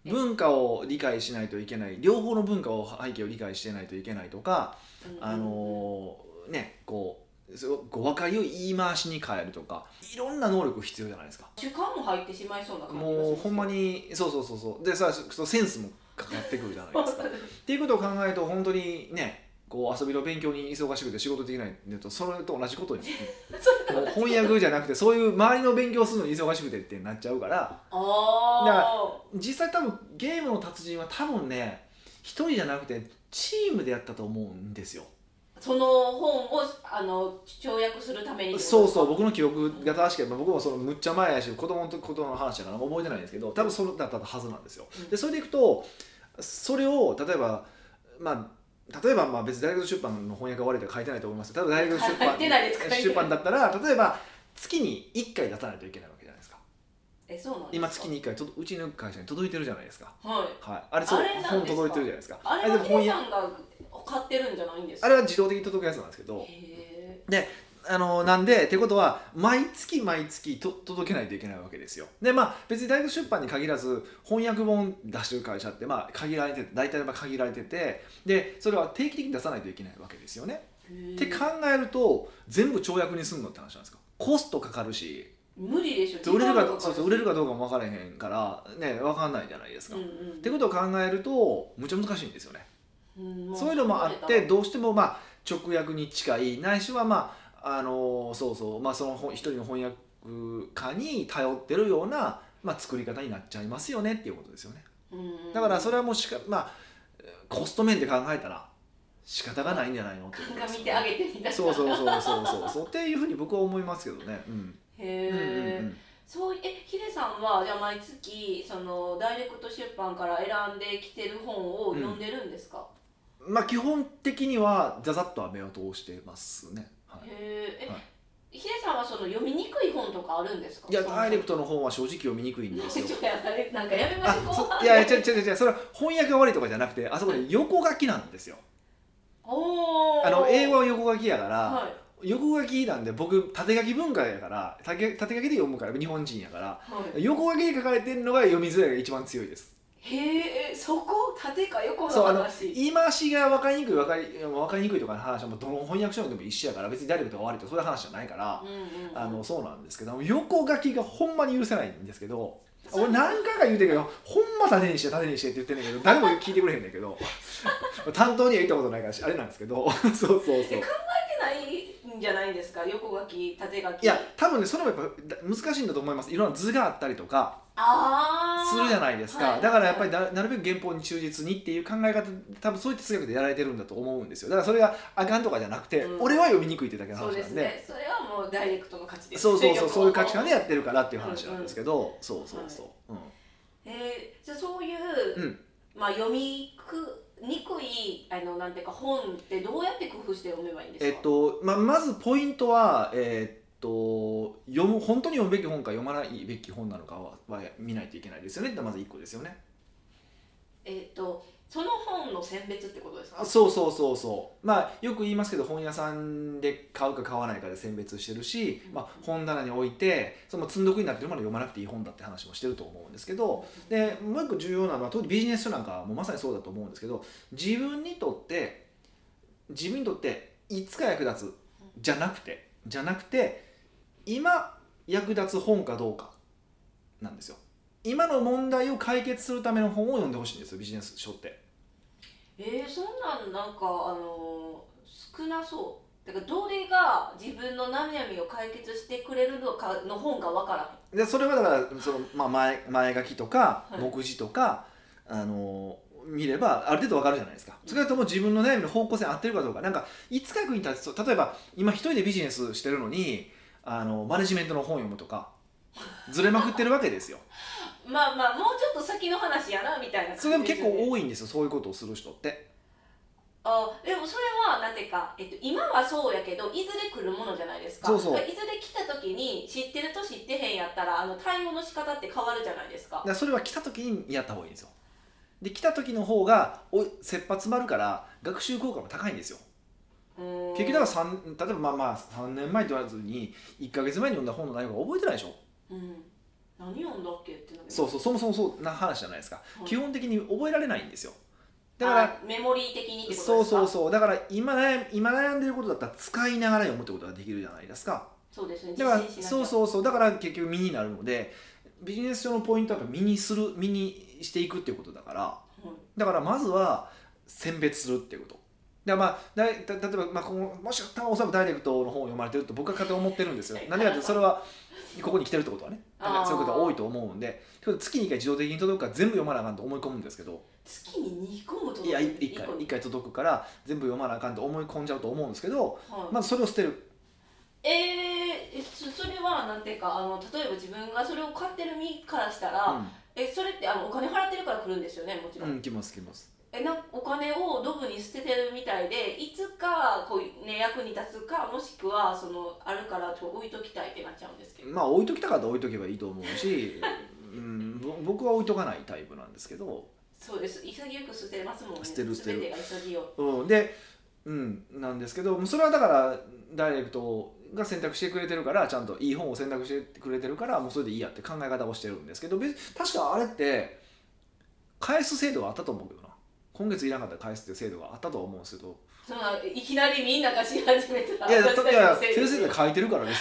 [SPEAKER 2] え
[SPEAKER 1] 文化を理解しないといけない両方の文化を背景を理解してないといけないとかあのーねこうすごく分かりを言い回しに変えるとかいろんな能力必要じゃないですか
[SPEAKER 2] 主観も入ってしまいそうな感じがします
[SPEAKER 1] もうほんまにそうそうそうそうでさそうセンスもかかってくるじゃないです かっていうことを考えると本当にねこう遊びの勉強に忙しくて仕事できないのとそれと同じことにもう翻訳じゃなくてそういう周りの勉強するのに忙しくてってなっちゃうから
[SPEAKER 2] あ
[SPEAKER 1] だか
[SPEAKER 2] あ
[SPEAKER 1] 実際多分ゲームの達人は多分ね一人じゃなくてチームでやったと思うんですよ
[SPEAKER 2] その本をあの跳躍するためにってこと
[SPEAKER 1] そう
[SPEAKER 2] ですか
[SPEAKER 1] そう僕の記憶が正しければ僕もそのむっちゃ前やし子供の時ことの話だから覚えてないんですけど多分それだったはずなんですよ
[SPEAKER 2] うん
[SPEAKER 1] でそれでいくとそれを例えばまあ例えばまあ別に大学出版の翻訳が悪いとは書いてないと思いますけど例えば大学出
[SPEAKER 2] 書いてないです書いてな
[SPEAKER 1] 版
[SPEAKER 2] い
[SPEAKER 1] 出版だったら例えば月に1回出さないといけないわけじゃないですか
[SPEAKER 2] えそうなんですか
[SPEAKER 1] 今月に1回とうちの会社に届いてるじゃないですか、
[SPEAKER 2] はい
[SPEAKER 1] はい、あれそう
[SPEAKER 2] あれなんですか
[SPEAKER 1] 本届いてるじゃないですか
[SPEAKER 2] あれ
[SPEAKER 1] れ
[SPEAKER 2] は
[SPEAKER 1] でも本
[SPEAKER 2] K
[SPEAKER 1] 屋
[SPEAKER 2] さんが買ってるんじゃないんです
[SPEAKER 1] あ
[SPEAKER 2] か
[SPEAKER 1] れは自動的に届くやつなんですけど
[SPEAKER 2] へ
[SPEAKER 1] あのなんでってことは毎月毎月と届けないといけないわけですよでまあ別に大学出版に限らず翻訳本出してる会社ってまあ限られてて大体は限られててでそれは定期的に出さないといけないわけですよね、
[SPEAKER 2] え
[SPEAKER 1] って考えると全部跳躍にすんのって話なんですかコストかかるし
[SPEAKER 2] 無理でしょ
[SPEAKER 1] 売れる
[SPEAKER 2] 時間
[SPEAKER 1] か
[SPEAKER 2] もか
[SPEAKER 1] そうそう売れるかどうかも分からへんからね分かんないじゃないですか、
[SPEAKER 2] うん
[SPEAKER 1] っ
[SPEAKER 2] うん
[SPEAKER 1] てことを考えるとむちゃ難しいんですよね
[SPEAKER 2] うん
[SPEAKER 1] そういうのもあってどうしてもまあ直訳に近いないしはまああのそうそうまあその本一人の翻訳家に頼ってるようなまあ作り方になっちゃいますよねっていうことですよね。
[SPEAKER 2] うん
[SPEAKER 1] だからそ
[SPEAKER 2] れ
[SPEAKER 1] れはもうしかまあコスト面で考えたら仕方がないんじゃないのってことですよ
[SPEAKER 2] 見てあげてみたいな
[SPEAKER 1] そう
[SPEAKER 2] う
[SPEAKER 1] そうそうそうそうそうっていうふうに僕は思いますけどね。うん。
[SPEAKER 2] へ
[SPEAKER 1] うんうんう
[SPEAKER 2] え
[SPEAKER 1] ん。
[SPEAKER 2] そういえヒデさんはじゃあ毎月そのダイレクト出版から選んできてる本を読んでるんですか、
[SPEAKER 1] まあ基本的にはざざっとは目を通してますね。はい。
[SPEAKER 2] へええ、
[SPEAKER 1] はい
[SPEAKER 2] ヒデさんはその読みにくい本とかあるんですか
[SPEAKER 1] いや
[SPEAKER 2] そもそも
[SPEAKER 1] ダイレクトの本は正直読みにくいん
[SPEAKER 2] ちょ
[SPEAKER 1] ですよ
[SPEAKER 2] っ。とやめなんかやめま
[SPEAKER 1] あ
[SPEAKER 2] しょう後半
[SPEAKER 1] そいやいや違う違う違うそれは翻訳が悪いとかじゃなくてあそこで横書きなんですよ
[SPEAKER 2] おー
[SPEAKER 1] あの英語は横書きやから、
[SPEAKER 2] はい
[SPEAKER 1] 横書きなんで僕縦書き文化やから縦縦書きで読むから日本人やから
[SPEAKER 2] はい
[SPEAKER 1] 横書きで書かれてるのが読みづらいが一番強いです
[SPEAKER 2] へえそこ縦か横の
[SPEAKER 1] そうあの
[SPEAKER 2] 話
[SPEAKER 1] 言い回しが分かりにくい分かり分かりにくいとかの話はもうどの翻訳書でも一緒やから別に誰かが悪いとかそういう話じゃないから、
[SPEAKER 2] うんうんうん
[SPEAKER 1] あのそうなんですけど横書きがほんまに許せないんですけど
[SPEAKER 2] そう
[SPEAKER 1] 俺何回か言うてるけどほんま縦にして縦にしてって言ってんだけど誰も聞いてくれへんねんけど 担当には言ったことないからしあれなんですけど そうそうそう
[SPEAKER 2] え書いてないんじゃないんですか横書き縦書き
[SPEAKER 1] いや多分ねそれもやっぱだ難しいんだと思いますいろんな図があったりとか
[SPEAKER 2] ああ
[SPEAKER 1] するじゃないですか、
[SPEAKER 2] はい
[SPEAKER 1] だからやっぱりななるべく原本に忠実にっていう考え方多分そういった哲学でやられてるんだと思うんですよだからそれがあかんとかじゃなくて、
[SPEAKER 2] うん
[SPEAKER 1] 俺は読みにくいってだけの話
[SPEAKER 2] そう
[SPEAKER 1] なんで
[SPEAKER 2] ですねそれはもうダイレクトの価値です
[SPEAKER 1] そうそうそうそういう価値観で
[SPEAKER 2] ね
[SPEAKER 1] やってるからっていう話なんですけど、そうそうそう、うん
[SPEAKER 2] えー、じゃあそういう、
[SPEAKER 1] うん
[SPEAKER 2] まあ読みくにくいあのなんていうか本ってどうやって工夫して読めばいいんです
[SPEAKER 1] え
[SPEAKER 2] か
[SPEAKER 1] っとままずポイントは、えっと読む本当に読むべき本か読まないべき本なのかはは見ないといけないですよねってまず1個ですよね
[SPEAKER 2] えっとその本の選別ってことですか
[SPEAKER 1] あそうそうそうそうまあよく言いますけど本屋さんで買うか買わないかで選別してるし、まあ、本棚に置いてその積んどくになってるまで読まなくていい本だって話もしてると思うんですけどでもう一個重要なのは特にビジネス書なんかはもうまさにそうだと思うんですけど自分にとって自分にとっていつか役立つじゃなくてじゃなくて今役立つ本かどうかなんですよ今の問題を解決するための本を読んでほしいんですよビジネス書って。
[SPEAKER 2] えー、そんなんなんかあのー少なそうだからどれが自分の悩みを解決してくれるのかの本がわから
[SPEAKER 1] でそれはだからその、まあ、前前書きとか
[SPEAKER 2] はい
[SPEAKER 1] 目次とか、あの見ればある程度わかるじゃないですかそれとも自分の悩みの方向性合ってるかどうかなんかいつか役に立つそう例えば今一人でビジネスしてるのにあのマネジメントの本読むとかずれまくってるわけ ですよ
[SPEAKER 2] へんまあまあもうちょっと先の話やなみたいな
[SPEAKER 1] それで
[SPEAKER 2] 感
[SPEAKER 1] も
[SPEAKER 2] じ
[SPEAKER 1] 結
[SPEAKER 2] ですよね
[SPEAKER 1] 構多いんですよそういうことをする人って
[SPEAKER 2] あでもそれはなんていうか、えっと、今はそうやけどいずれ来るものじゃないですか
[SPEAKER 1] そうそう
[SPEAKER 2] だからいずれ来た時に知ってると知ってへんやったらあの対応の仕方って変わるじゃないですか
[SPEAKER 1] だからそれは来た時にやった方がいいんですよで来た時の方がお切羽詰まるから学習効果も高いんですよ
[SPEAKER 2] 結
[SPEAKER 1] 結局だから三例えばまあまあ3年前と言わずに1か月前に読んだ本の内容が覚えてないでしょ
[SPEAKER 2] うん、何読んだっけってなる
[SPEAKER 1] そうそうそもそもそうな話じゃないですか、
[SPEAKER 2] はい
[SPEAKER 1] 基本的に覚えられないんですよだか
[SPEAKER 2] あ
[SPEAKER 1] ら
[SPEAKER 2] メモリー的にってことですか
[SPEAKER 1] そうそう
[SPEAKER 2] そう
[SPEAKER 1] そうだから今悩今悩んでることだったら使いながら読むってことができるじゃないですか
[SPEAKER 2] ですね
[SPEAKER 1] だから
[SPEAKER 2] 実践しなきゃ
[SPEAKER 1] そうそうそうだから結局身になるのでビジネス書のポイントはやっぱ身にする身にしていくっていうことだから
[SPEAKER 2] はい
[SPEAKER 1] だからまずは選別するっていうことだからまあだいた例えば、まあ、このもしかおそらくダイレクトの本を読まれてると僕は勝手に思ってるんですよ何でかってそれはここに来てるってことはねだからそういうことが多いと思うんでということで月に1回自動的に届くから全部読まなあかんと思い込むんですけど
[SPEAKER 2] 月に2個も
[SPEAKER 1] い
[SPEAKER 2] 届
[SPEAKER 1] や
[SPEAKER 2] く
[SPEAKER 1] 1回
[SPEAKER 2] 一個に
[SPEAKER 1] 一回届くから全部読まなあかんと思い込んじゃうと思うんですけど
[SPEAKER 2] はい
[SPEAKER 1] まずそれを捨てる
[SPEAKER 2] えーえそそれはなんていうかあの例えば自分がそれを買ってる身からしたら、えそれってあのお金払ってるから来るんですよねもちろ、
[SPEAKER 1] うんん、うん、きますきます
[SPEAKER 2] えなお金をドブに捨ててるみたいでいつかこう、ね、役に立つかもしくはそのあるからちょっと置いときたいってなっちゃうんですけど
[SPEAKER 1] まあ置いときたかったら置いとけばいいと思う し、うん、ぼ僕は置いとかないタイプなんですけど、
[SPEAKER 2] そうです潔く捨てますもんね
[SPEAKER 1] 捨てる捨てる
[SPEAKER 2] 全てが潔
[SPEAKER 1] うん、で、うん、なんですけどそれはだからダイレクトが選択してくれてるからちゃんといい本を選択してくれてるからもうそれでいいやって考え方をしてるんですけど別に確かあれって返す制度があったと思うけどな今月いらなかったら返すっていう制度があったと思うんですけど
[SPEAKER 2] そんないきなりみんながし始めたら
[SPEAKER 1] いやだ
[SPEAKER 2] 私た
[SPEAKER 1] い
[SPEAKER 2] ち
[SPEAKER 1] や
[SPEAKER 2] の
[SPEAKER 1] 先
[SPEAKER 2] せいです
[SPEAKER 1] 生で書いてるから別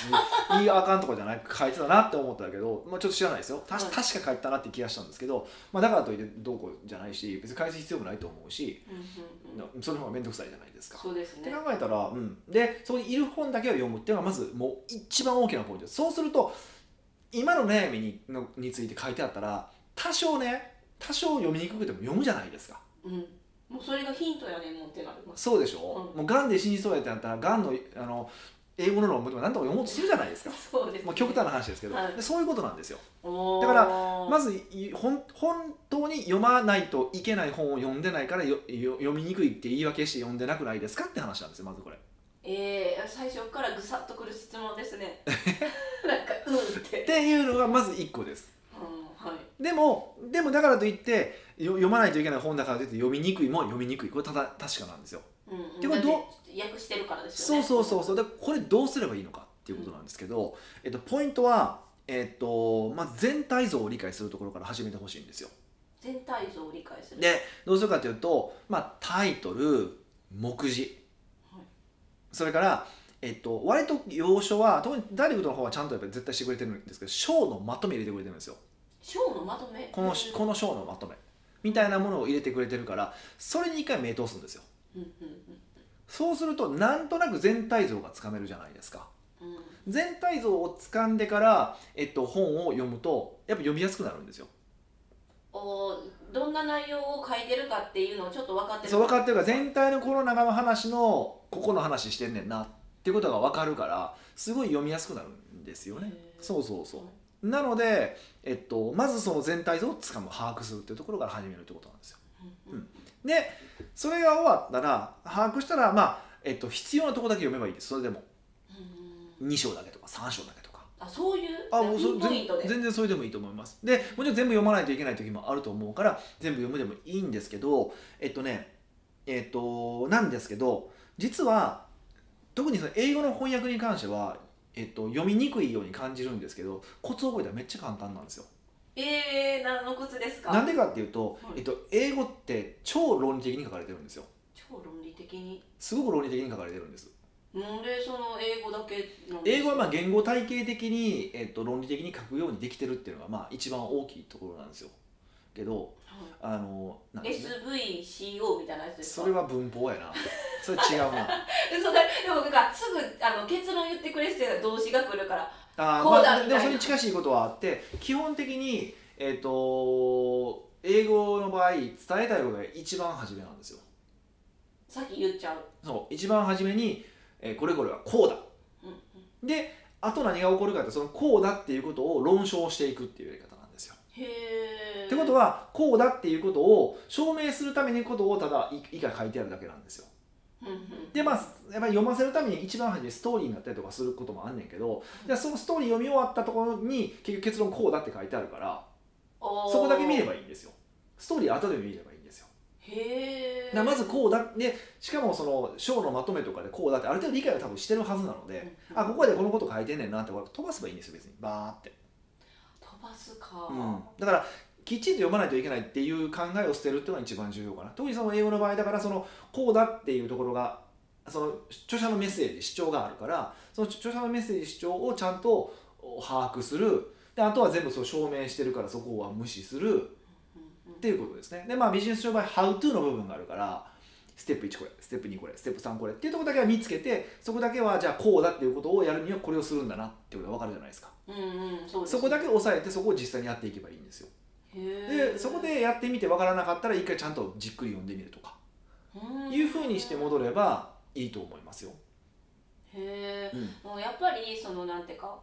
[SPEAKER 1] にいいあかんとかじゃない書いてたなって思ったけど、まあ、ちょっと知らないですよたし
[SPEAKER 2] はい
[SPEAKER 1] 確か書いてたなって気がしたんですけど、まあ、だからといってどうこうじゃないし別に返す必要もないと思うし、
[SPEAKER 2] うんうんうん
[SPEAKER 1] その方が面倒くさいじゃないですか。
[SPEAKER 2] そうです
[SPEAKER 1] って
[SPEAKER 2] ね
[SPEAKER 1] 考えたら、うん、でそういる本だけを読むっていうのがまずもう一番大きなポイントですそうすると今の悩みにのについて書いてあったら多少ね多少読みにくくても読むじゃないですか
[SPEAKER 2] うんもうそれがヒントやねんもんってなります
[SPEAKER 1] そうでしょ、
[SPEAKER 2] う
[SPEAKER 1] もうがんで死にそうやってなったらがんのあの英語の論文とか何とか読もうとするじゃないですか
[SPEAKER 2] そうですね
[SPEAKER 1] まあ、極端な話ですけど、
[SPEAKER 2] はい
[SPEAKER 1] でそういうことなんですよ
[SPEAKER 2] おー
[SPEAKER 1] だからまずい本本当に読まないといけない本を読んでないからよよ読みにくいって言い訳して読んでなくないですかって話なんですよまずこれ。
[SPEAKER 2] えー、最初からぐさっとくる質問で すねなんかうんって
[SPEAKER 1] っていうのがまず1個です。
[SPEAKER 2] うんはい
[SPEAKER 1] でもでもだからといってよ読まないといけない本だからといって読みにくいもん読みにくいこれただ確かなんですよ。
[SPEAKER 2] うんうん
[SPEAKER 1] でもど
[SPEAKER 2] だって訳してるからですよ
[SPEAKER 1] そう
[SPEAKER 2] ね
[SPEAKER 1] そうそうそううでこれどうすればいいのかっていうことなんですけど、えっと、ポイントは、えっとまあ、全体像を理解するところから始めてほしいんですよ。
[SPEAKER 2] 全体像を理解する
[SPEAKER 1] でどうするかというと、まあ、タイトル目次、
[SPEAKER 2] はい
[SPEAKER 1] それから、えっと、割と要所は特にダイレクトの方はちゃんとやっぱり絶対してくれてるんですけど章のまとめ入れてくれてるんですよ
[SPEAKER 2] ショーのまとめ
[SPEAKER 1] このこの章のまとめみたいなものを入れてくれてるからそれに一回目通すんですよ
[SPEAKER 2] うんうん
[SPEAKER 1] そうするとなんとなく全体像がつかめるじゃないですか
[SPEAKER 2] うんうん
[SPEAKER 1] 全体像をつかんでから、えっと、本を読むとやっぱ読みやすくなるんですよ
[SPEAKER 2] おどんな内容を書いてるかっていうのをちょっと分かってる
[SPEAKER 1] そう分かってるから全体のこの中の話のここの話してんねんなってことが分かるからすごい読みやすくなるんですよね
[SPEAKER 2] へー
[SPEAKER 1] そうそうそうなので、えっと、まずその全体像をつかむ把握するっていうところから始めるってことなんですよ
[SPEAKER 2] うんうん
[SPEAKER 1] でそれが終わったら把握したらまあ、えっと、必要なとこだけ読めばいいですそれでも
[SPEAKER 2] うん
[SPEAKER 1] 2章だけとか3章だけとか
[SPEAKER 2] あそういう
[SPEAKER 1] あもう
[SPEAKER 2] ピ
[SPEAKER 1] そ
[SPEAKER 2] ンポイント
[SPEAKER 1] 全
[SPEAKER 2] で
[SPEAKER 1] 全然それでもいいと思いますでもちろん全部読まないといけない時もあると思うから全部読むでもいいんですけどえっとねえっとなんですけど実は特にその英語の翻訳に関しては、えっと、読みにくいように感じるんですけどコツを覚えたらめっちゃ簡単なんですよ
[SPEAKER 2] えー、何のコツですか
[SPEAKER 1] なんでかっていうと、
[SPEAKER 2] は
[SPEAKER 1] え
[SPEAKER 2] い
[SPEAKER 1] っと、英語って超論理的に書かれてるんですよ
[SPEAKER 2] 超論理的に
[SPEAKER 1] すごく論理的に書かれてるんです
[SPEAKER 2] なんでその英語だけなんです
[SPEAKER 1] 英語はまあ言語体系的に、えっと、論理的に書くようにできてるっていうのがまあ一番大きいところなんですよけど
[SPEAKER 2] はい
[SPEAKER 1] あのなんかね
[SPEAKER 2] SVCO みたいなやつですか
[SPEAKER 1] それは文法やなそれ違うな
[SPEAKER 2] えそれでもなんかすぐあの結論言ってくれって言ったら動詞が来るから
[SPEAKER 1] あー
[SPEAKER 2] こうだ
[SPEAKER 1] まあ
[SPEAKER 2] みたいな
[SPEAKER 1] でもそれに近しいことはあって基本的にえっ、と英語の場合伝えたいことが一番初めなんですよ
[SPEAKER 2] さっき言っちゃう、
[SPEAKER 1] そう一番初めに、えーこれこれはこうだ
[SPEAKER 2] うんうん、
[SPEAKER 1] であと何が起こるかってそのこうだっていうことを論証していくっていうやり方なんですよ
[SPEAKER 2] へえ
[SPEAKER 1] ってことはこうだっていうことを証明するためにことをただい以下書いてあるだけなんですよ
[SPEAKER 2] うんうん
[SPEAKER 1] でまあやっぱり読ませるために一番初めにストーリーになったりとかすることもあんねんけどじゃあそのストーリー読み終わったところに結局結論こうだって書いてあるから
[SPEAKER 2] おー
[SPEAKER 1] そこだけ見ればいいんですよストーリー後で見ればいいんですよ
[SPEAKER 2] へえ
[SPEAKER 1] だからまずこうだでしかもその章のまとめとかでこうだってある程度理解を多分してるはずなのであここでこのこと書いてんねんなって飛ばせばいいんですよ別にバーって、
[SPEAKER 2] 飛ばすか、
[SPEAKER 1] うん、だからきっちりと読まないといけないっていう考えを捨てるっていうのが一番重要かな特にその英語の場合だからそのこうだっていうところがその著者のメッセージ主張があるからその著者のメッセージ主張をちゃんと把握するであとは全部そう証明してるからそこは無視する
[SPEAKER 2] うんうん
[SPEAKER 1] っていうことですねでまあビジネス書の場合 How to の部分があるからステップ1これステップ2これステップ3これっていうところだけは見つけてそこだけはじゃあこうだっていうことをやるにはこれをするんだなってことが分かるじゃないですか
[SPEAKER 2] うんうんそうです
[SPEAKER 1] そこだけ押さえてそこを実際にやっていけばいいんですよ
[SPEAKER 2] へ
[SPEAKER 1] でそこでやってみて分からなかったら一回ちゃんとじっくり読んでみるとかい
[SPEAKER 2] いう
[SPEAKER 1] ふうにして戻ればいいと思いますよ、
[SPEAKER 2] へえ
[SPEAKER 1] うん
[SPEAKER 2] もうやっぱりそのなんていうか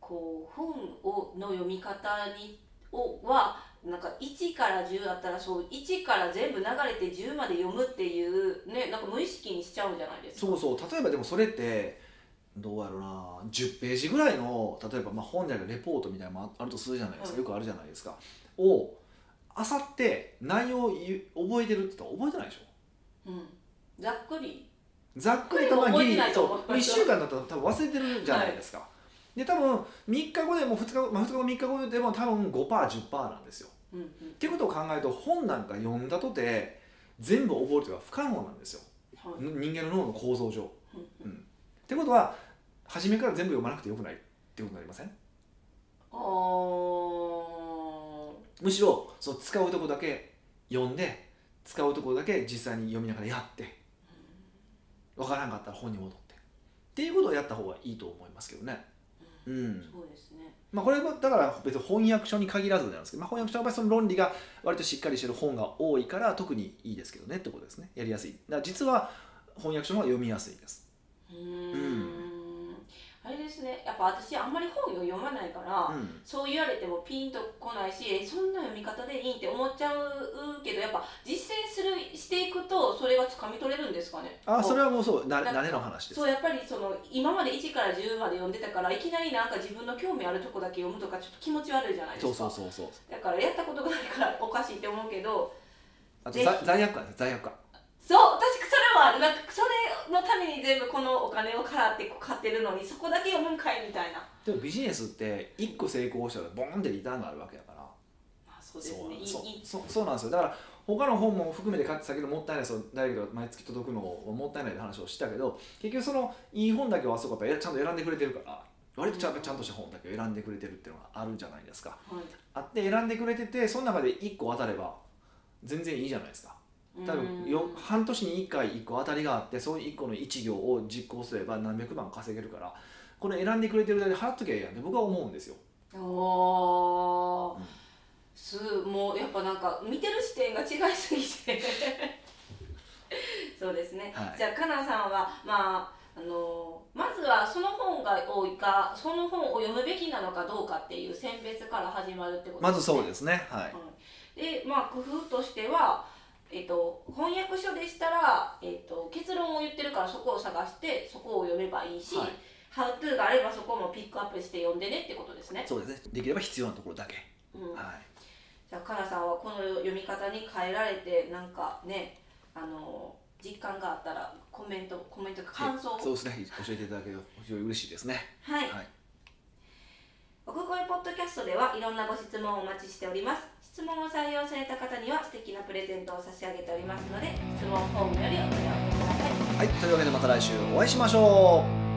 [SPEAKER 2] こう本をの読み方にをはなんか1から10あったらそう1から全部流れて10まで読むっていうねなんか無意識にしちゃうじゃないですか
[SPEAKER 1] そうそう例えばでもそれってどうやろうな10ページぐらいの例えばまあ本であるレポートみたいなのもああるとするじゃないですか、
[SPEAKER 2] うん
[SPEAKER 1] よくあるじゃないですかをあさって内容を言う覚えてるって言ったら覚えてないでしょ
[SPEAKER 2] うん、ざっくり
[SPEAKER 1] ざっくりとまあ
[SPEAKER 2] 覚え
[SPEAKER 1] ギ
[SPEAKER 2] て
[SPEAKER 1] リ
[SPEAKER 2] ないと思う
[SPEAKER 1] そう1週間だったら多分忘れてるじゃないですか、で多分3日後でも2日後、まあ、2日後3日後でも多分 5%10% なんですよ
[SPEAKER 2] うんうん
[SPEAKER 1] っていうことを考えると本なんか読んだとて全部覚えるというのは不可能なんですよ
[SPEAKER 2] はい
[SPEAKER 1] 人間の脳の構造上
[SPEAKER 2] うん
[SPEAKER 1] ってことは初めから全部読まなくてよくないってことになりません
[SPEAKER 2] あー
[SPEAKER 1] むしろその使うとこだけ読んで使うとこだけ実際に読みながらやって分からんかったら本に戻ってっていうことをやった方がいいと思いますけどね
[SPEAKER 2] う
[SPEAKER 1] うんん
[SPEAKER 2] そうですね
[SPEAKER 1] まあこれはだから別に翻訳書に限らずなんですけど、まあ、翻訳書の場合その論理が割としっかりしてる本が多いから特にいいですけどねってことですねやりやすいだから実は翻訳書の方が読みやすいです
[SPEAKER 2] うーんあれですねやっぱ私あんまり本を読まないから、
[SPEAKER 1] うん
[SPEAKER 2] そう言われてもピンとこないしえそんな読み方でいいって思っちゃうけどやっぱ実践するしていくとそれは掴み取れるんですかね
[SPEAKER 1] あそれ
[SPEAKER 2] は
[SPEAKER 1] はもうそうな
[SPEAKER 2] なんか
[SPEAKER 1] 慣れの話です
[SPEAKER 2] そうやっぱりその今まで1から10まで読んでたからいきなりなんか自分の興味あるとこだけ読むとかちょっと気持ち悪いじゃないです
[SPEAKER 1] そ
[SPEAKER 2] か
[SPEAKER 1] うそうそうそう
[SPEAKER 2] だからやったことがないからおかしいって思うけど
[SPEAKER 1] あと
[SPEAKER 2] ぜひ
[SPEAKER 1] 罪罪悪感です罪悪感
[SPEAKER 2] そう私それはあるなんかそれのために全部このお金を払って買ってるのにそこだけ読むんかいみたいな
[SPEAKER 1] でもビジネスって一個成功したらボンってリターンがあるわけだから
[SPEAKER 2] あそうですねいい
[SPEAKER 1] そう
[SPEAKER 2] いい
[SPEAKER 1] そうそうなんですよだから他の本も含めて買ってたけどもったいないそうダイレクトが毎月届くのをもったいないって話をしたけど結局そのいい本だけをあそこやっぱちゃんと選んでくれてるから割とちゃんとちゃんとした本だけを選んでくれてるっていうのがあるじゃないですか
[SPEAKER 2] はい
[SPEAKER 1] あって選んでくれててその中で1個当たれば全然いいじゃないですか多分よ
[SPEAKER 2] うん
[SPEAKER 1] 半年に1回1個当たりがあってその1個の1行を実行すれば何百万稼げるからこれ選んでくれてるだけで払っときゃいいやんって僕は思うんですよ
[SPEAKER 2] おー
[SPEAKER 1] うん
[SPEAKER 2] すもうやっぱなんか見てる視点が違いすぎ てそうですね、
[SPEAKER 1] はい
[SPEAKER 2] じゃあかなさんはまああのまずはその本が多いかその本を読むべきなのかどうかっていう選別から始まるってこと
[SPEAKER 1] まずそう
[SPEAKER 2] すね
[SPEAKER 1] ですねはい
[SPEAKER 2] でまあ工夫としては、えっと翻訳書でしたら、えっと結論を言ってるからそこを探してそこを読めばいいし、
[SPEAKER 1] はい
[SPEAKER 2] ハウトゥーがあればそこもピックアップして読んでねってことですね。
[SPEAKER 1] そうですねできれば必要なところだけ
[SPEAKER 2] うん
[SPEAKER 1] はい
[SPEAKER 2] じゃあかなさんはこの読み方に変えられてなんかねあの実感があったらコメントコメントか感想を
[SPEAKER 1] そうですね教えていただけると非常に嬉しいですね
[SPEAKER 2] はい、
[SPEAKER 1] はい
[SPEAKER 2] 奥越ポッドキャストではいろんなご質問をお待ちしております質問を採用された方には素敵なプレゼントを差し上げておりますので質問フォームよりお問い合わせください
[SPEAKER 1] はいというわけでまた来週お会いしましょう